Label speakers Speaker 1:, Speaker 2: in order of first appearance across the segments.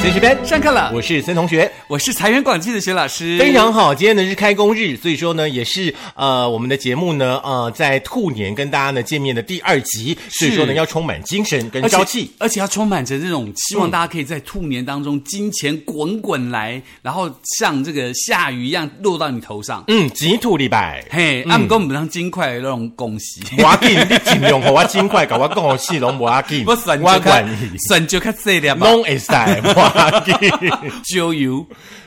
Speaker 1: 随时班
Speaker 2: 上课了，
Speaker 1: 我是森同学，
Speaker 2: 我是财源广进的薛老师，
Speaker 1: 非常好。今天呢是开工日，所以说呢也是呃我们的节目呢呃在兔年跟大家呢见面的第二集，所以说呢要充满精神跟
Speaker 2: 而且
Speaker 1: 朝气。
Speaker 2: 而且要充满着这种希望，
Speaker 1: 嗯
Speaker 2: 大家可以在兔年当中金钱滚滚来，然后像这个下雨一样落到你头上。
Speaker 1: 嗯，吉兔礼 拜。
Speaker 2: 嘿，啊，不过我们当金块的那种恭喜。
Speaker 1: 我要紧，你尽量给我尽快，给我讲我戏拢我要紧，
Speaker 2: 我算
Speaker 1: 我
Speaker 2: 就较
Speaker 1: 管你，
Speaker 2: 算就较这点吧，
Speaker 1: 拢会使，我要紧。
Speaker 2: 酒油，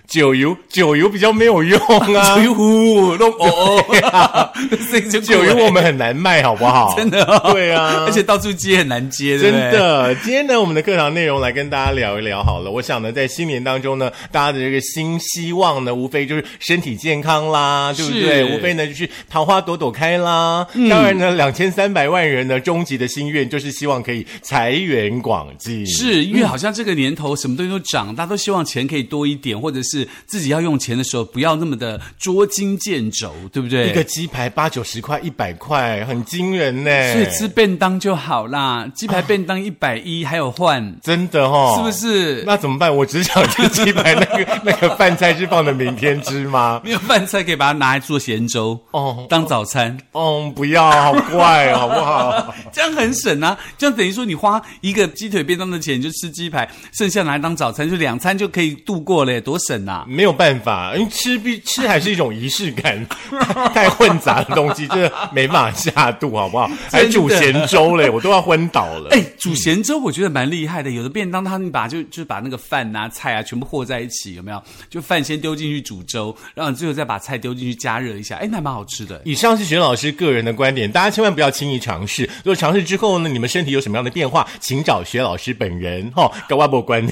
Speaker 1: 酒油，酒油比较没有用 啊
Speaker 2: 酒，油糊，弄 哦哦， 这就
Speaker 1: 酒油我们很难卖，好不 好？
Speaker 2: 真的哦
Speaker 1: 对啊，
Speaker 2: 而且到处接很难接，对
Speaker 1: 真
Speaker 2: 不对？
Speaker 1: 的，今天呢，我们的课堂内容来跟大家聊一聊好了。我想呢，在新年当中呢，大家的这个新希望呢，无非就是身体健康啦，对不
Speaker 2: 是嗯
Speaker 1: 对？无非呢就是桃花朵朵开啦。当然呢，两千三百万人呢，终极的心愿就是希望可以财源广进。
Speaker 2: 是因为好像这个年头什么东西都涨，大家都希望钱可以多一点，或者是自己要用钱的时候不要那么的捉襟见肘，对不对？
Speaker 1: 一个鸡排八九十块、一百块，很惊人呢。
Speaker 2: 所以吃便当就好啦，鸡排便当一百一还有换，
Speaker 1: 真的哦，
Speaker 2: 是不？是？
Speaker 1: 那怎么办？我只想吃鸡排，那个那个饭菜是放的明天吃吗？
Speaker 2: 没有饭菜可以把它拿来做咸粥
Speaker 1: 哦
Speaker 2: 哦，当早餐，
Speaker 1: 嗯，不要，好怪哦，好不好？
Speaker 2: 这样很省啊！这样等于说你花一个鸡腿便当的钱你就吃鸡排，剩下拿来当早餐，就两餐就可以度过了耶，多省啊！
Speaker 1: 没有办法，因为吃必吃还是一种仪式 感，太混杂的东西，真的没办法下肚，好不 好？还煮咸粥嘞，我都要昏倒了。
Speaker 2: 哎，煮咸粥我觉得蛮厉害的。有的便当他们把就就把那个饭啊、菜啊全部和在一起，有没有？就饭先丢进去煮粥，然后最后再把菜丢进去加热一下，哎，那还蛮好吃的。
Speaker 1: 以上是玄老师个人的观点，大家千万不要轻易尝试。如果尝试之后呢，你们身体有什么样的变化，请找薛老师本人哈，跟外部关系。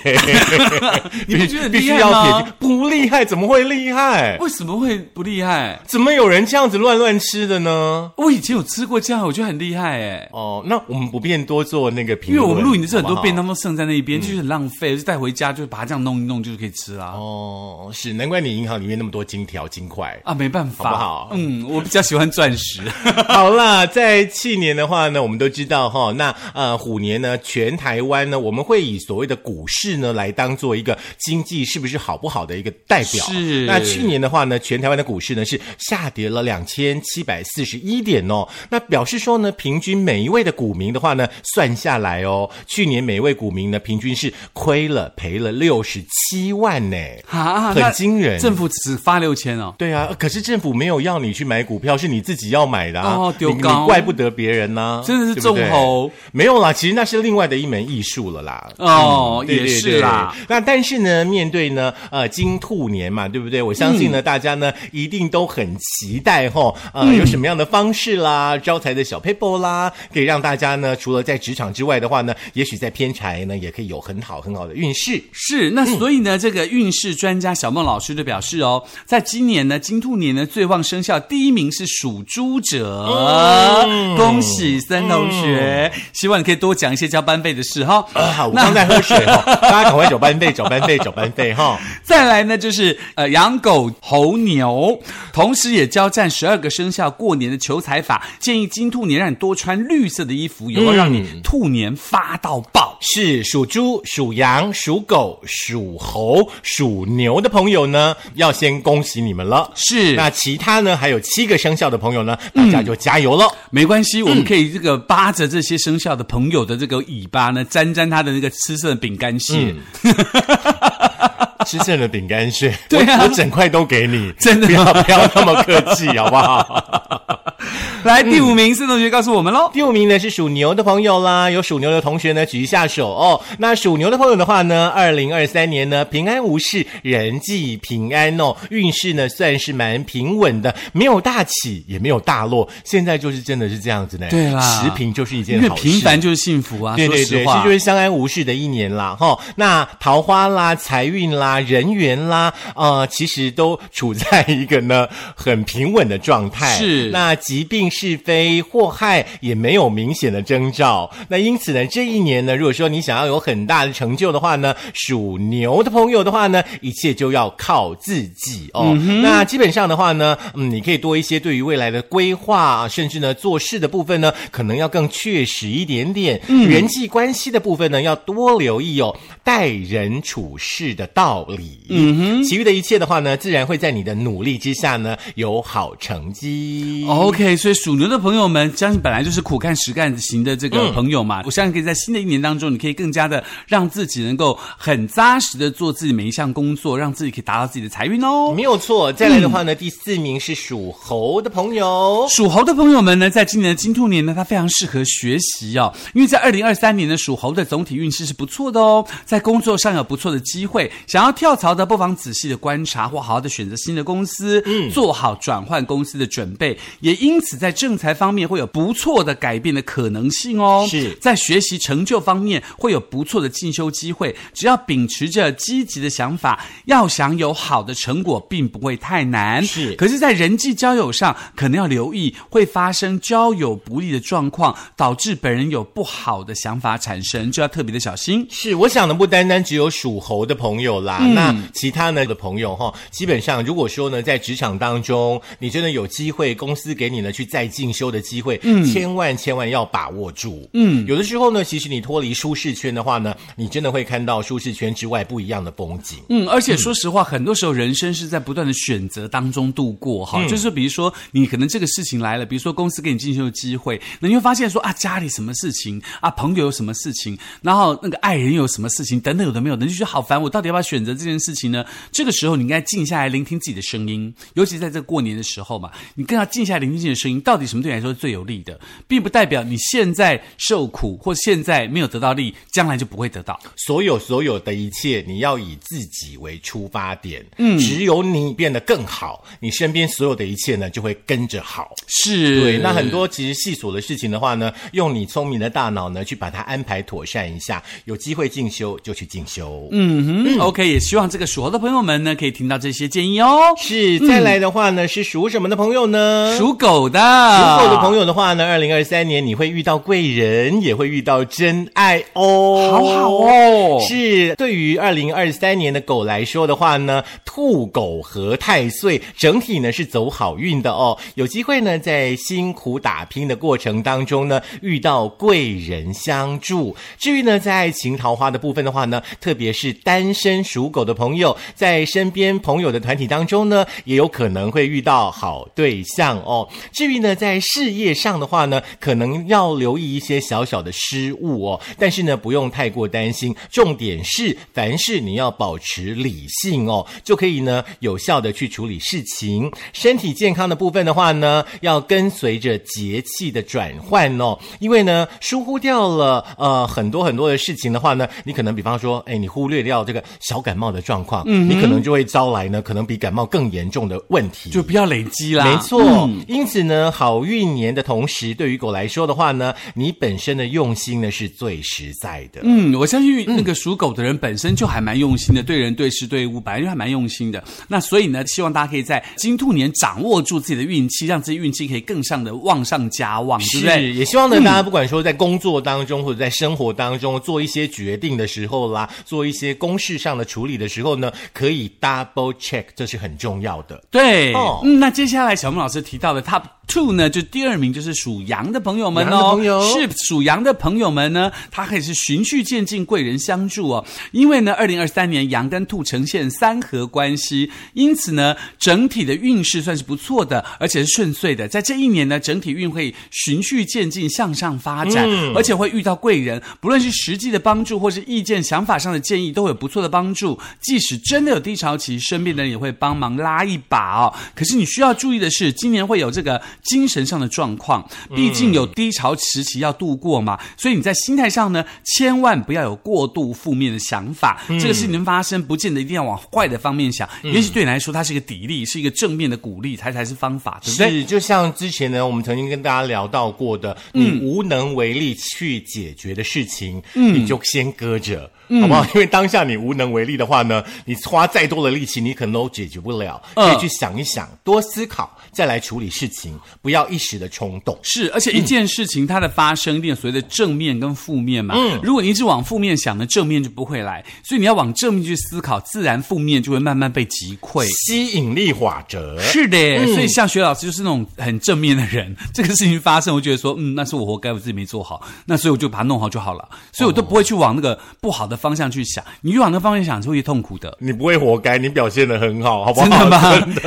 Speaker 2: 你不觉得
Speaker 1: 必须
Speaker 2: 厉害
Speaker 1: 要
Speaker 2: 吗
Speaker 1: 撇清不厉害怎么会厉害？
Speaker 2: 为什么会不厉害？
Speaker 1: 怎么有人这样子乱乱吃的呢？
Speaker 2: 我以前有吃过这样，我觉得很厉害哎。
Speaker 1: 哦，那我们不便多做那个评
Speaker 2: 因为
Speaker 1: 论，
Speaker 2: 我们录影的时候
Speaker 1: 好
Speaker 2: 很
Speaker 1: 不嗯
Speaker 2: 多
Speaker 1: 好
Speaker 2: 便当都剩在那边，就是很浪费，就带回家就把它这样弄一弄就可以吃啦。
Speaker 1: 哦，是难怪你银行里面那么多金条金块。
Speaker 2: 啊，没办法，
Speaker 1: 好不好
Speaker 2: 嗯，我比较喜欢钻 石。
Speaker 1: 好啦，在去年的话呢，我们都知道哈、那呃虎年呢，全台湾呢，我们会以所谓的股市呢来当做一个经济是不是好不好的一个代表。
Speaker 2: 是
Speaker 1: 那去年的话呢，全台湾的股市呢是下跌了两千七百四十一点哦。那表示说呢，平均每一位的股民的话呢，算下来哦，去年每一位股民呢，平均是亏了赔了六十七万呢。
Speaker 2: 啊，
Speaker 1: 很
Speaker 2: 那
Speaker 1: 惊人
Speaker 2: 政府只发六千哦。
Speaker 1: 对啊，可是政府没有要你去买股票，是你自己要买的啊！
Speaker 2: 哦
Speaker 1: 你
Speaker 2: 丢
Speaker 1: 你
Speaker 2: 高
Speaker 1: 怪不得别人呐、
Speaker 2: 真的是
Speaker 1: 对不对
Speaker 2: 纵猴
Speaker 1: 没有啦，其实那是另外的一门艺术了啦。
Speaker 2: 哦
Speaker 1: 嗯对
Speaker 2: 也
Speaker 1: 对
Speaker 2: 是
Speaker 1: 对
Speaker 2: 啦
Speaker 1: 那但是呢，面对呢，呃，金兔年嘛，对不对？我相信
Speaker 2: 嗯
Speaker 1: 呢，大家呢一定都很期待吼，呃，有什么样的方式啦，招财的小 paper 啦，可以让大家呢，除了在职场之外的话呢，也许在偏财呢，也可以有很好很好的运势。
Speaker 2: 是，那所以呢，这个运势专家小孟老师就表示哦，在今年呢，金兔年呢，最旺生肖第一名是属猪者，恭喜森同学，希望你可以多讲一些交班费的事哈、
Speaker 1: 啊，好，我刚在喝水 哈，大家赶快找班费，找班费，找班费哈。
Speaker 2: 再来呢，就是呃养狗、猴、牛，同时也交战十二个生肖过年的求财法，建议金兔年让你多穿绿色的衣服，也会让你兔年发到爆。
Speaker 1: 是属猪、属羊、属狗、属猴、属牛的朋友呢，要先恭喜你们了。
Speaker 2: 是
Speaker 1: 那其他呢，还有七个生肖的朋友呢，大
Speaker 2: 嗯
Speaker 1: 家就加油了。
Speaker 2: 没关系，我们可以这个扒着这些生肖的朋友的这个尾巴呢，沾沾他的那个吃剩的饼干屑。
Speaker 1: 嗯吃剩的饼干屑，
Speaker 2: 对啊
Speaker 1: 我我整块都给你，
Speaker 2: 真的
Speaker 1: 不要不要那么客气，好不好？
Speaker 2: 来，第五名，四同学告诉我们喽。
Speaker 1: 第五名呢是属牛的朋友啦，有属牛的同学呢举一下手哦。那属牛的朋友的话呢，二零二三年呢平安无事，人际平安哦，运势呢算是蛮平稳的，没有大起也没有大落，现在就是真的是这样子呢。
Speaker 2: 对啦
Speaker 1: 持平就是一件
Speaker 2: 因为
Speaker 1: 嗯好事。
Speaker 2: 平凡就是幸福啊，
Speaker 1: 对对对，
Speaker 2: 说实话
Speaker 1: 这就。是相安无事的一年啦，哈、那桃花啦、财运啦、人缘啦，呃，其实都处在一个呢很平稳的状态。
Speaker 2: 是
Speaker 1: 那疾病、是非祸害也没有明显的征兆。那因此呢，这一年呢，如果说你想要有很大的成就的话呢，属牛的朋友的话呢，一切就要靠自己哦。那基本上的话呢，嗯，你可以多一些对于未来的规划，啊甚至呢做事的部分呢，可能要更确实一点点。人际关系的部分呢，要多留意哦，待人处事的道理。嗯哼，其余的一切的话呢，自然会在你的努力之下呢，有好成绩。
Speaker 2: OK，所以属牛的朋友们，相信本来就是苦干实干型的这
Speaker 1: 嗯
Speaker 2: 个朋友嘛，我相信可以在新的一年当中，你可以更加的让自己能够很扎实的做自己每一项工作，让自己可以达到自己的财运哦。
Speaker 1: 没有错，再来的话呢，第四名是属猴的朋友。
Speaker 2: 属猴的朋友们呢，在今年的金兔年呢，它非常适合学习哦，因为在二零二三年呢，属猴的总体运势是不错的哦，在工作上有不错的机会，想要跳槽的不妨仔细的观察或好好的选择新的公司，做好转换公司的准备，也因此在正财方面会有不错的改变的可能性哦，
Speaker 1: 是
Speaker 2: 在学习成就方面会有不错的进修机会，只要秉持着积极的想法，要想有好的成果，并不会太难。
Speaker 1: 是
Speaker 2: 可是，在人际交友上，可能要留意会发生交友不利的状况，导致本人有不好的想法产生，就要特别的小心。
Speaker 1: 是，我想呢，不单单只有属猴的朋友啦，那其他呢的朋友哈，基本上如果说呢，在职场当中，你真的有机会，公司给你呢去再进修的机会，嗯，千万千万要把握住，嗯，有的时候呢，其实你脱离舒适圈的话呢，你真的会看到舒适圈之外不一样的风景。
Speaker 2: 嗯，而且说实话，很多时候人生是在不断的选择当中度过哈。就是比如说，你可能这个事情来了，比如说公司给你进修的机会，那你会发现说啊，家里什么事情啊，朋友有什么事情，然后那个爱人有什么事情，等等有的没有的，你就觉得好烦，我到底要不要选择这件事情呢？这个时候你应该静下来聆听自己的声音，尤其在这个过年的时候嘛，你更要静下来聆听自己的声音，到底什么对你来说是最有利的，并不代表你现在受苦或现在没有得到利，将来就不会得到。
Speaker 1: 所有所有的一切，你要以自己为出发点，嗯，只有你变得更好，你身边所有的一切呢就会跟着好。
Speaker 2: 是
Speaker 1: 对，那很多其实细琐的事情的话呢，用你聪明的大脑呢去把它安排妥善一下，有机会进修就去进修。嗯，
Speaker 2: 嗯，OK，也希望这个属猴的朋友们呢，可以听到这些建议哦。
Speaker 1: 是。再来的话呢，是属什么的朋友呢？
Speaker 2: 属狗的，
Speaker 1: 属
Speaker 2: 属
Speaker 1: 狗的朋友的话呢，二零二三年你会遇到贵人，也会遇到真爱哦，
Speaker 2: 好好哦
Speaker 1: 是对于二零二三年的狗来说的话呢，兔狗合太岁，整体呢是走好运的哦。有机会呢，在辛苦打拼的过程当中呢，遇到贵人相助。至于呢，在爱情桃花的部分的话呢，特别是单身属狗的朋友，在身边朋友的团体当中呢，也有可能会遇到好对象哦。至于呢，在事业上的话呢，可能要留意一些小小的失误哦，但是呢，不用太过担心。重点是，凡事你要保持理性哦，就可以呢有效的去处理事情。身体健康的部分的话呢，要跟随着节气的转换哦，因为呢，疏忽掉了呃很多很多的事情的话呢，你可能比方说，哎，你忽略掉这个小感冒的状况，嗯，你可能就会招来呢可能比感冒更严重的问题，哦
Speaker 2: 就不要累积啦。
Speaker 1: 没错，
Speaker 2: 嗯
Speaker 1: 因此呢，好运年的同时，对于狗来说的话呢，你本身的用心呢是最实在的。
Speaker 2: 嗯，我相信那个属狗的人本身就还蛮用心的，对人对事对物本来就还蛮用心的。那所以呢，希望大家可以在金兔年掌握住自己的运气，让自己运气可以更上的旺上加旺，对
Speaker 1: 是，
Speaker 2: 不对？嗯
Speaker 1: 也希望呢，大家不管说在工作当中或者在生活当中做一些决定的时候啦，做一些公事上的处理的时候呢，可以 double check，这是很重要的。
Speaker 2: 对，
Speaker 1: 哦
Speaker 2: 嗯，那接下来小孟老师提到的 Top Two 呢，就第二名就是属羊的朋友们
Speaker 1: 羊的
Speaker 2: 哦，
Speaker 1: 朋友
Speaker 2: 是属羊的朋友们呢，他可以是循序渐进，贵人相助哦。因为呢，二零二三年羊跟兔呈现三合关系，因此呢，整体的运势算是不错的，而且是顺遂的。在这一年呢，整体运会循序渐进向上发展，
Speaker 1: 嗯
Speaker 2: 而且会遇到贵人，不论是实际的帮助或是意见、想法上的建议，都会有不错的帮助。即使真的有低潮期，身边的人也会帮忙拉一把哦。可是你需要注意的是，今年会有这个精神上的状况，毕竟有低潮时期要度过嘛，所以你在心态上呢，千万不要有过度负面的想法。这个事情发生，不见得一定要往坏的方面想，也许对你来说，它是一个砥砺，是一个正面的鼓励，才才是方法，对不对？
Speaker 1: 是，就像之前呢，我们曾经跟大家聊到过的，
Speaker 2: 嗯
Speaker 1: 你无能为力去解决的事情，
Speaker 2: 嗯
Speaker 1: 你就先搁着，好不好？ 因为当下你无能为力的话呢，你花再多的力气，你可能都解决不了。
Speaker 2: 嗯
Speaker 1: 可以去想一想，多思考，再来处理事情，不不要一时的冲动。
Speaker 2: 是，而且一件事情它的发生一定有所谓的正面跟负面嘛。嗯，如果你一直往负面想呢，正面就不会来，所以你要往正面去思考，自然负面就会慢慢被击溃。
Speaker 1: 吸引力法则，
Speaker 2: 是的，所以像学老师就是那种很正面的人， 这个事情发生，我觉得说，嗯，那是我活该，我自己没做好，那所以我就把它弄好就好了，所以我都不会去往那个不好的方向去想。你越往那个方向想，是会越痛苦的。
Speaker 1: 你不会活该，你表现的很好，好不好？
Speaker 2: 真的吗？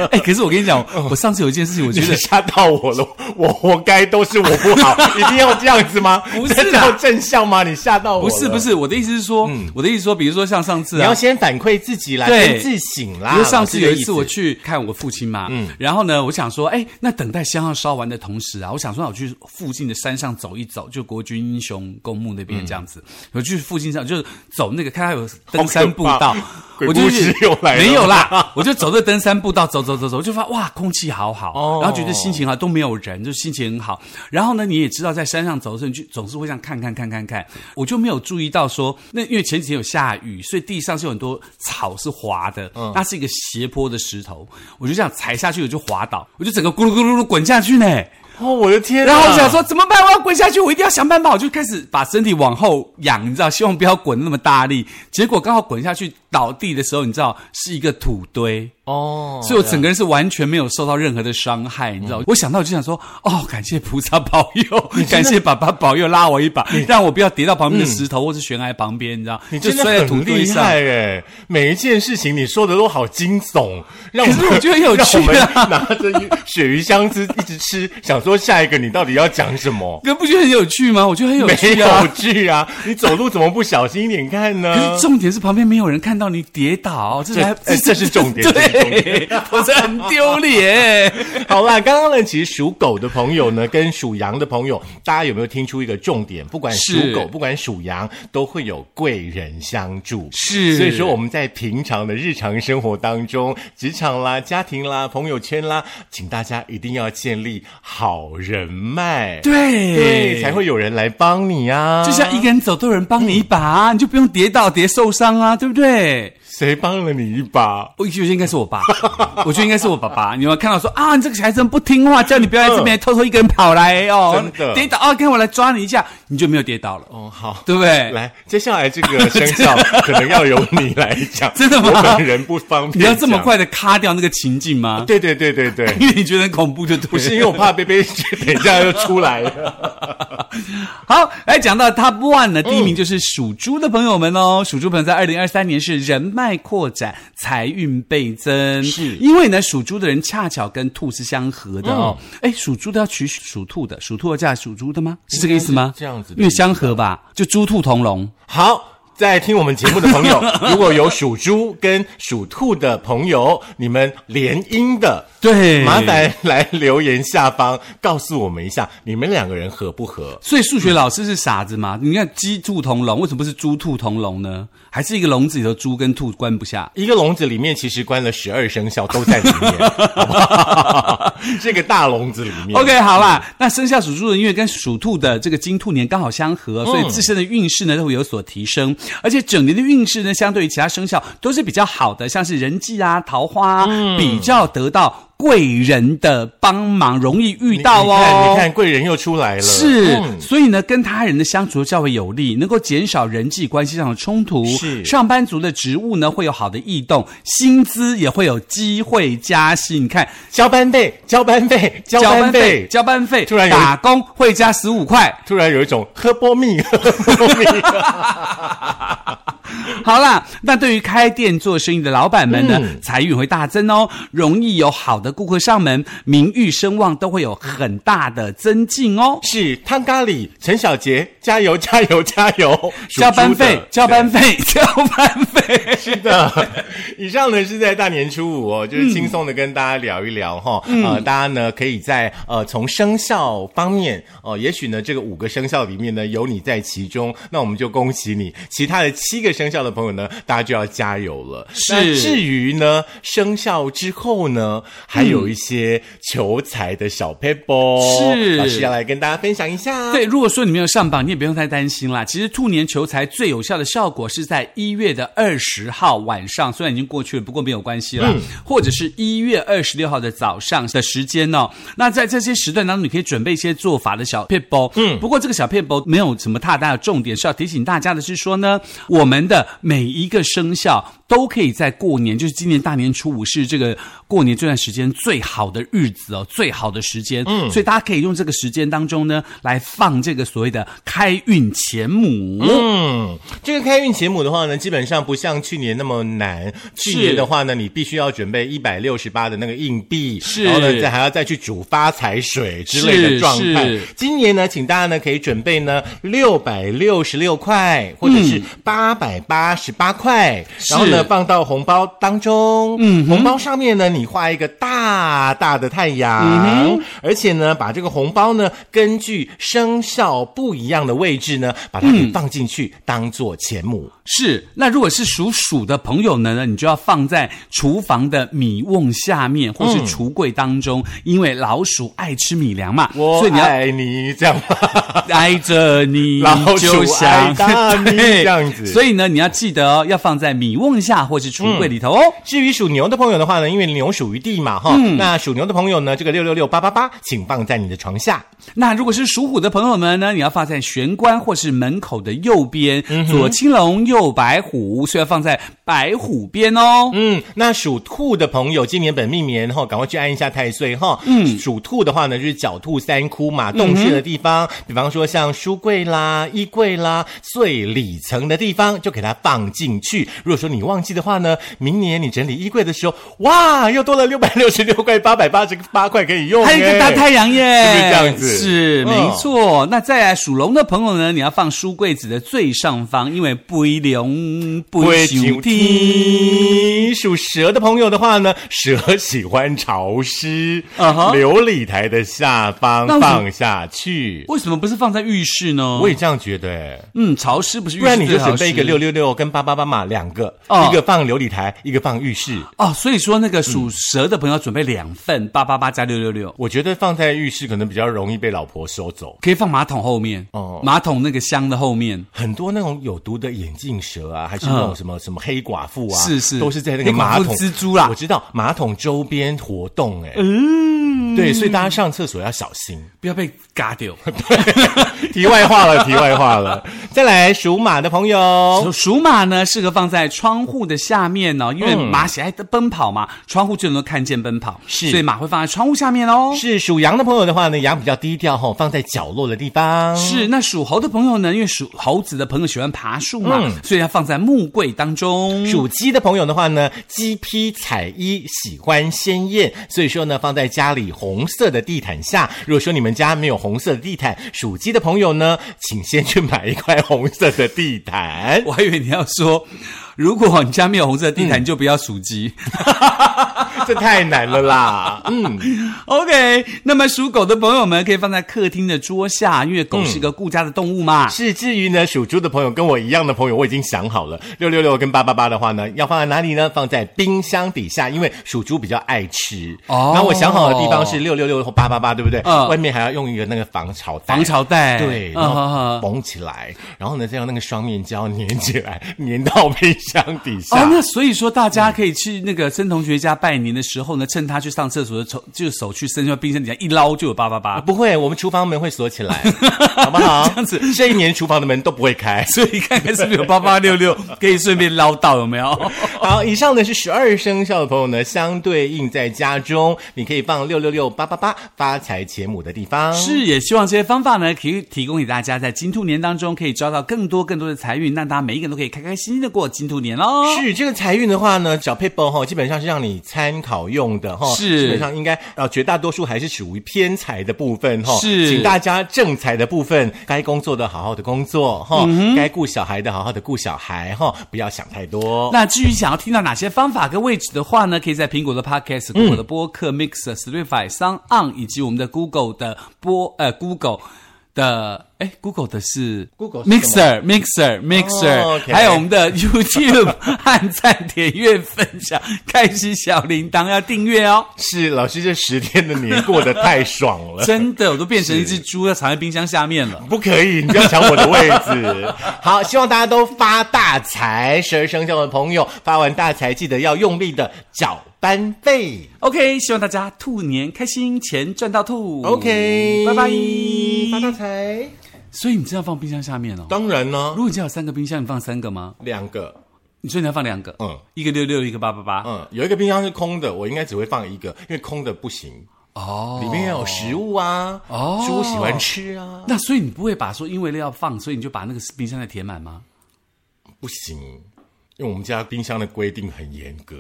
Speaker 2: 哎、可是我跟你讲，我上次有一件事情，我觉
Speaker 1: 你
Speaker 2: 得
Speaker 1: 吓到我 了，我活该，都是我不好，一定要这样子吗？
Speaker 2: 不是啦 啊
Speaker 1: 这叫正向吗？你吓到我
Speaker 2: 不
Speaker 1: 了
Speaker 2: 是不，是，我的意嗯思是说，我的意思是说，比如说像上次
Speaker 1: 你
Speaker 2: 啊
Speaker 1: 要，先反馈自己啦，
Speaker 2: 对
Speaker 1: 先自省啦。
Speaker 2: 比如上次有
Speaker 1: 老师的
Speaker 2: 一
Speaker 1: 意
Speaker 2: 次
Speaker 1: 思嗯
Speaker 2: 我去看我父亲嘛，然后呢，我想说，哎，那等待香要烧完的同时啊，我想说，我去附近的山上走一走，就国军英雄公墓那边这样子，我去附近上就是走那个，看他有登山步道
Speaker 1: 嗯好可怕，鬼
Speaker 2: 我就
Speaker 1: 故
Speaker 2: 是
Speaker 1: 事又来了
Speaker 2: 没有啦， 我就走这登山步道，走走走走，我就发哇，空气好好，
Speaker 1: 哦
Speaker 2: 然后觉得心情好，都没有人，就心情很好。然后呢，你也知道，在山上走的时候，你就总是会这样看看看看看，我就没有注意到说，那因为前几天有下雨，所以地上是有很多草是滑的，那是一个斜坡的石头，我就这样踩下去，我就滑倒，我就整个咕噜咕噜咕噜滚下去呢。
Speaker 1: 哦，我的天啊！
Speaker 2: 然后我想说怎么办？我要滚下去，我一定要想办法。我就开始把身体往后仰，你知道，希望不要滚那么大力。结果刚好滚下去倒地的时候，你知道是一个土堆，
Speaker 1: 哦，嗯
Speaker 2: 所以我整个人是完全没有受到任何的伤害，你知道。我想到我就想说，哦，感谢菩萨保 佑，感谢爸爸保佑拉我一把，让我不要跌到旁边的石头或是悬崖旁边，你知道，
Speaker 1: 嗯你
Speaker 2: 就
Speaker 1: 真的
Speaker 2: 摔在土
Speaker 1: 很
Speaker 2: 堆
Speaker 1: 厉
Speaker 2: 上。
Speaker 1: 害哎！每一件事情你说的都好惊悚，让
Speaker 2: 可是我觉得很有趣啊
Speaker 1: 让我 们拿着一鳕鱼香丝一直吃，想说下一个你到底要讲什么？
Speaker 2: 哥不觉得很有趣吗？我觉得 很有
Speaker 1: 没
Speaker 2: 趣啊。
Speaker 1: 有剧啊！你走路怎么不小心一点看
Speaker 2: 可
Speaker 1: 呢
Speaker 2: 是？重点是旁边没有人看到你跌倒，这
Speaker 1: 这
Speaker 2: 才
Speaker 1: 呃这是重点这是重
Speaker 2: 对，我这很 丢脸。
Speaker 1: 好啦，刚刚呢，其实属狗的朋友呢，跟属羊的朋友，大家有没有听出一个重点？不管属
Speaker 2: 是
Speaker 1: 狗，不管属羊，都会有贵人相助。
Speaker 2: 是
Speaker 1: 所以说我们在平常的日常生活当中，职场啦、家庭啦、朋友圈啦，请大家一定要建立好人脉，
Speaker 2: 对
Speaker 1: 对，才。会有人来帮你啊。
Speaker 2: 就像一个人走，都有人帮你一把、啊你就不用跌倒、跌受伤啊，对不对？
Speaker 1: 谁帮了你一把？
Speaker 2: 我觉得应该是我爸， 我觉得应该是我爸爸。你有没有看到说啊，你这个小孩子真不听话，叫你不要在这边偷偷一个人跑来哦，
Speaker 1: 真的
Speaker 2: 跌倒啊，看我来抓你一下，你就没有跌倒了，
Speaker 1: 哦，好。
Speaker 2: 对不对？
Speaker 1: 来，接下来这个生 肖可能要由你来讲，
Speaker 2: 真的吗
Speaker 1: 我本人不方便。
Speaker 2: 你要这么？快的咔掉那个情境吗？
Speaker 1: 对对对对对，
Speaker 2: 因 为你觉得很恐怖就对了。
Speaker 1: 不是因为我怕贝贝等一下又出来了。
Speaker 2: 好，来讲到 Top One 呢，第一名就是属猪的朋友们
Speaker 1: 嗯
Speaker 2: 哦。属猪朋友在二零二三年是人脉扩展，财运倍增，
Speaker 1: 是
Speaker 2: 因为呢，属猪的人恰巧跟兔是相合的哦。
Speaker 1: 嗯
Speaker 2: 哎、属猪的要娶属兔的，属兔要嫁属猪的吗？是这个意思吗
Speaker 1: 应该？是这样子的
Speaker 2: 因为相合吧，就猪兔同笼。
Speaker 1: 好。在听我们节目的朋友， 如果有属猪跟属兔的朋友，你们联姻的，
Speaker 2: 对
Speaker 1: 麻烦来留言下方告诉我们一下，你们两个人合不合？
Speaker 2: 所以数学老师是傻子吗？你看鸡兔同笼，为什么不是猪兔同笼呢？还是一个笼子里头猪跟兔关不下？
Speaker 1: 一个笼子里面其实关了十二生肖都在里面， 好不好？这个大笼子里面嗯
Speaker 2: OK，好啦，那生肖属猪的，因为跟属兔的这个金兔年刚好相合，
Speaker 1: 嗯
Speaker 2: 所以自身的运势呢都会有所提升，而且整年的运势呢，相对于其他生肖都是比较好的，像是人际啊、桃花、啊
Speaker 1: 嗯
Speaker 2: 比较得到贵人的帮忙，容易遇
Speaker 1: 你
Speaker 2: 到
Speaker 1: 你看，
Speaker 2: 哦。
Speaker 1: 你看贵人又出来了，
Speaker 2: 是，
Speaker 1: 嗯
Speaker 2: 所以呢，跟他人的相处较为有利，能够减少人际关系上的冲突。
Speaker 1: 是
Speaker 2: 上班族的职务呢会有好的异动，薪资也会有机会加薪。你看，
Speaker 1: 交班费，交班费，交
Speaker 2: 交
Speaker 1: 班
Speaker 2: 班费
Speaker 1: 费，，
Speaker 2: 交班费，
Speaker 1: 突然有一
Speaker 2: 打工会加十五 块。
Speaker 1: 突然有一种喝波蜜，喝波蜜。
Speaker 2: 好啦，那对于开店做生意的老板们呢，
Speaker 1: 嗯
Speaker 2: 财运会大增哦，容易有好的顾客上门，名誉声望都会有很大的增进哦。
Speaker 1: 是汤咖喱，陈小杰，加油加油加油！
Speaker 2: 交班 费，交班
Speaker 1: 费。
Speaker 2: 费，交班费。
Speaker 1: 是的，以上呢是在大年初五哦，就是轻松的跟大家聊一聊哈、
Speaker 2: 嗯
Speaker 1: 呃，大家呢可以在呃从生肖方面哦、也许呢这个五个生肖里面呢有你在其中，那我们就恭喜你；其他的七个生肖的的朋友呢，大家就要加油了。
Speaker 2: 是
Speaker 1: 那至于呢，生效之后呢，还有一些求财的小 paper，、
Speaker 2: 嗯是
Speaker 1: 老师要来跟大家分享一下。
Speaker 2: 对，如果说你没有上榜，你也不用太担心啦。其实兔年求财最有效的效果是在一月的二十号晚上，虽然已经过去了，不过没有关系啦。或者是一月二十六号的早上的时间哦。那在这些时段当中，你可以准备一些做法的小片包。嗯，不过这个小片包没有什么太大的重点，是要提醒大家的是说呢，我们的每一个生肖都可以在过年，就是今年大年初五是这个过年这段时间最好的日子哦，最好的时间。嗯，所以大家可以用这个时间当中呢，来放这个所谓的开运钱母。
Speaker 1: 嗯，这个开运节目的话呢，基本上不像去年那么难。去年的话呢，你必须要准备一百六十八的那个硬币，
Speaker 2: 是
Speaker 1: 然后呢，再还要再去煮发财水之类的
Speaker 2: 是
Speaker 1: 状态
Speaker 2: 是。
Speaker 1: 今年呢，请大家呢可以准备呢六百六十六块，或者是八百八十八块，然后呢
Speaker 2: 是
Speaker 1: 放到红包当中。嗯，红包上面呢，你画一个大大的太阳，而且呢，把这个红包呢，根据生肖不一样的位置呢，把它给放进去，当做钱母。
Speaker 2: 是，那如果是属鼠的朋友呢，你就要放在厨房的米瓮下面，或是橱柜当中，因为老鼠爱吃米粮嘛，所以你要
Speaker 1: 爱你，这样吗？
Speaker 2: 挨着你，
Speaker 1: 老鼠
Speaker 2: 就想
Speaker 1: 爱大米
Speaker 2: 对
Speaker 1: 这样子
Speaker 2: 所以呢，你要记得哦，要放在米瓮下或是橱柜里头哦。
Speaker 1: 至于属牛的朋友的话呢，因为牛属于地嘛，哈、那属牛的朋友呢，这个六六六八八八，请放在你的床下。
Speaker 2: 那如果是属虎的朋友们呢，你要放在玄关或是门口的右边，
Speaker 1: 嗯
Speaker 2: 左青龙，右白虎，所以要放在白虎边哦。
Speaker 1: 嗯，那属兔的朋友，今年本命年哈，赶快去按一下太岁哈。嗯，属兔的话呢，就是狡兔三窟嘛，洞穴的地方，比方说像书柜啦、衣柜啦、最里层的地方，就给它放进去。如果说你忘记的话呢，明年你整理衣柜的时候，哇，又多了六百六十六块、八百八十八块可以用耶，
Speaker 2: 还有一个大太阳耶，
Speaker 1: 嗯是不是这样子
Speaker 2: 是
Speaker 1: 嗯
Speaker 2: 没错。那再来属龙的朋友呢，你要放书柜子的最上方，因为不一龙不
Speaker 1: 会
Speaker 2: 休
Speaker 1: 九
Speaker 2: 天。
Speaker 1: 天。属蛇的朋友的话呢，蛇喜欢潮湿，
Speaker 2: 啊哈
Speaker 1: 琉璃台的下方
Speaker 2: 那为什么
Speaker 1: 放下去。
Speaker 2: 为什么不是放在浴室呢？
Speaker 1: 我也这样觉得欸，
Speaker 2: 嗯，潮湿不是浴室
Speaker 1: 不然你就
Speaker 2: 最好
Speaker 1: 准备一个
Speaker 2: 湿
Speaker 1: 六六六跟八八八嘛，两个，
Speaker 2: 哦
Speaker 1: 一个放琉璃台，一个放浴室。
Speaker 2: 哦。所以说那
Speaker 1: 嗯
Speaker 2: 个属蛇的朋友准备两份八八八加六六六，
Speaker 1: 我觉得放在浴室可能比较容易被老婆收走。
Speaker 2: 可以放马桶后面
Speaker 1: 哦
Speaker 2: 马桶那个箱的后面。
Speaker 1: 很多那种有毒的眼镜蛇啊，还是那种什么、什么黑寡妇啊，
Speaker 2: 嗯是是
Speaker 1: 都是在那
Speaker 2: 黑
Speaker 1: 个
Speaker 2: 寡妇
Speaker 1: 马桶
Speaker 2: 蜘蛛啦
Speaker 1: 我知道马桶周边活动、欸，哎，
Speaker 2: 嗯
Speaker 1: 对，所以大家上厕所要小心。
Speaker 2: 不要被嘎 掉。
Speaker 1: 题外话了，题外话了。再来，属马的朋友，
Speaker 2: 属属马呢，适合放在窗户的下面哦，因为马喜爱奔跑嘛，窗户就能够看见奔跑，
Speaker 1: 嗯是
Speaker 2: 所以马会放在窗户下面哦。
Speaker 1: 是属羊的朋友的话呢，羊比较低调吼，放在角落的地方。
Speaker 2: 是，那属猴的朋友呢？因为属猴子的朋友喜欢爬树嘛，所以要放在木柜当中。
Speaker 1: 嗯属鸡的朋友的话呢，鸡披彩衣，喜欢鲜艳，所以说呢，放在家里红色的地毯下。如果说你们家没有红色的地毯，属鸡的朋友呢，请先去买一块红色的地毯。
Speaker 2: 我还以为你要说，如果你家没有红色的地
Speaker 1: 嗯
Speaker 2: 毯，你就不要属鸡。
Speaker 1: 这太难了啦，嗯。
Speaker 2: OK，那么属狗的朋友们可以放在客厅的桌下，因为狗是一个顾家的动物嘛。
Speaker 1: 是，至于呢，属猪的朋友跟我一样的朋友，我已经想好了，六六六跟八八八的话呢，要放在哪里呢？放在冰箱底下，因为属猪比较爱吃。
Speaker 2: 哦
Speaker 1: 然后我想好的地方是六六六和八八八，对不对？
Speaker 2: 嗯
Speaker 1: 外面还要用一个那个防潮袋。
Speaker 2: 防潮袋，
Speaker 1: 对，然
Speaker 2: 嗯哼
Speaker 1: 后
Speaker 2: 哼
Speaker 1: 缝起来，然后呢，再用那个双面胶粘起来，粘到冰箱底
Speaker 2: 哦，
Speaker 1: 下。
Speaker 2: 那所以说大家可以去那个曾同学家拜年的时候呢，趁他去上厕所的时候，就手去伸到冰箱底下一捞就有八八八。
Speaker 1: 啊不会，我们厨房门会锁起 来，好不好？
Speaker 2: 这样子
Speaker 1: 这一年厨房的门都不会 开。
Speaker 2: 所以看看是不是有八八六 六，可以顺便捞到有没有？
Speaker 1: 好，以上呢是十二生肖的朋友呢，相对应在家中，你可以放六六六八八八发财钱母的地方。
Speaker 2: 是，也希望这些方法呢，可以提供给大家，在金兔年当中可以招到更多更多的财运，让大家每一个人都可以开开心心的过金兔年喽。
Speaker 1: 是这个财运的话呢，小 paper 哈，基本上是让你参考用的哈，
Speaker 2: 是
Speaker 1: 基本上应该呃绝大多数还是属于偏财的部分哈，
Speaker 2: 是
Speaker 1: 请大家正财的部分，该工作的好好的工作哈，
Speaker 2: 嗯
Speaker 1: 该顾小孩的好好的顾小孩哈，不要想太多。
Speaker 2: 那至于想要听到哪些方法跟位置的话呢，可以在苹果的
Speaker 1: 嗯
Speaker 2: Podcast、Google 的播客、Mixer、Spotify、s o n On 以及我们的 Google 的播呃 Google。的，哎，Google 的是
Speaker 1: Google 是什
Speaker 2: Mixer Mixer Mixer，、
Speaker 1: 哦，OK
Speaker 2: 还有我们的 YouTube 按赞、点阅、分享、开启小铃铛，要订阅 哦。
Speaker 1: 是老师这十天的年过得太爽 了。
Speaker 2: 真的，我都变成一只猪，要藏在冰箱下面了。
Speaker 1: 不可以，你不要抢我的位置。 好，希望大家都发大财。十二生肖的朋友发完大财，记得要用力的缴班费。
Speaker 2: OK，希望大家兔年开心，钱赚到吐。
Speaker 1: OK，
Speaker 2: 拜拜。
Speaker 1: 发大财。
Speaker 2: 所以你真要放冰箱下面哦。
Speaker 1: 当然呢
Speaker 2: 如，果你家有三个冰箱，你放三个吗？
Speaker 1: 两个，
Speaker 2: 你说你要放两个，
Speaker 1: 嗯，
Speaker 2: 一个六六，一个八八八。
Speaker 1: 嗯，有一个冰箱是空的，我应该只会放一个，因为空的不行，
Speaker 2: 哦，
Speaker 1: 里面要有食物啊，
Speaker 2: 哦
Speaker 1: 猪喜欢吃啊，
Speaker 2: 那所以你不会把说因为要放，所以你就把那个冰箱再填满吗？
Speaker 1: 不行，因为我们家冰箱的规定很严格。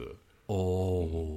Speaker 2: 哦。